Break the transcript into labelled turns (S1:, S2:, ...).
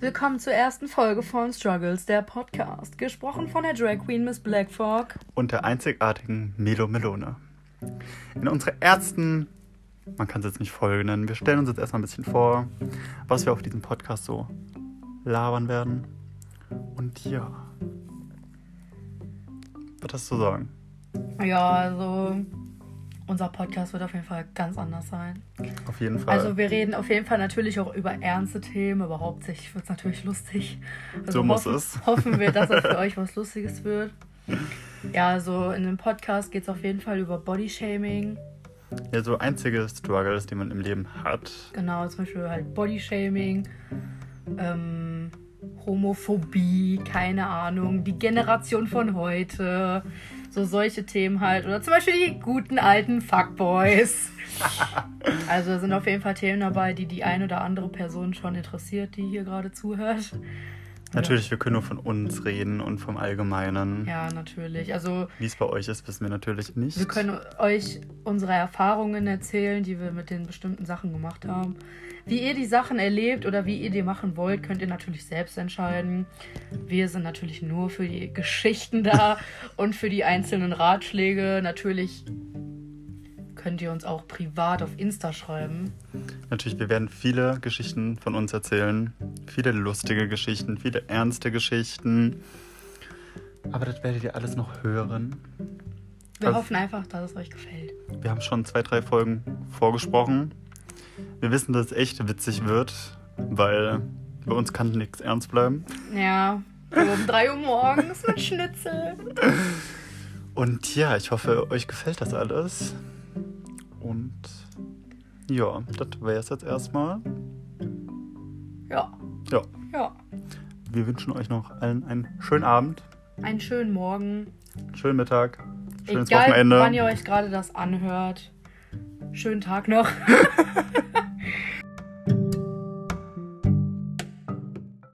S1: Willkommen zur ersten Folge von Struggles, der Podcast, gesprochen von der Drag Queen Miss Black Fork.
S2: und der einzigartigen Melo Melone. In unserer ersten, man kann es jetzt nicht Folge nennen, wir stellen uns jetzt erstmal ein bisschen vor, was wir auf diesem Podcast so labern werden. Und ja, was hast du zu sagen?
S1: Ja, also unser Podcast wird auf jeden Fall ganz anders sein.
S2: Auf jeden Fall.
S1: Also wir reden auf jeden Fall natürlich auch über ernste Themen, aber hauptsächlich wird es natürlich lustig. Also
S2: So muss
S1: hoffen,
S2: es.
S1: Hoffen wir, dass es für euch was Lustiges wird. Ja, also in dem Podcast geht es auf jeden Fall über Bodyshaming.
S2: ja, so einzige Struggles, die man im Leben hat.
S1: Genau, zum Beispiel halt Bodyshaming, ähm, Homophobie, keine Ahnung, die Generation von heute, so solche Themen halt. Oder zum Beispiel die guten alten Fuckboys. also da sind auf jeden Fall Themen dabei, die die ein oder andere Person schon interessiert, die hier gerade zuhört.
S2: Natürlich, wir können nur von uns reden und vom Allgemeinen.
S1: Ja, natürlich. Also
S2: Wie es bei euch ist, wissen wir natürlich nicht.
S1: wir können euch unsere Erfahrungen erzählen, die wir mit den bestimmten Sachen gemacht haben. Wie ihr die Sachen erlebt oder wie ihr die machen wollt, könnt ihr natürlich selbst entscheiden. Wir sind natürlich nur für die Geschichten da und für die einzelnen Ratschläge. Natürlich könnt ihr uns auch privat auf Insta schreiben.
S2: Natürlich, wir werden viele Geschichten von uns erzählen. Viele lustige Geschichten, viele ernste Geschichten. Aber das werdet ihr alles noch hören.
S1: Wir
S2: Also-
S1: hoffen einfach, dass es euch gefällt.
S2: Wir haben schon zwei, drei Folgen vorgesprochen. Wir wissen, dass es echt witzig wird, weil bei uns kann nichts ernst bleiben.
S1: Ja, so um 3 Uhr morgens mit Schnitzel.
S2: Und ja, ich hoffe, euch gefällt das alles. Und ja, das wäre es jetzt erstmal.
S1: Ja,
S2: Ja,
S1: ja.
S2: wir wünschen euch noch allen einen schönen Abend,
S1: Einen schönen Morgen.
S2: schönen Mittag, schönes
S1: Egal,
S2: Wochenende.
S1: wann ihr euch gerade das anhört. Schönen Tag noch.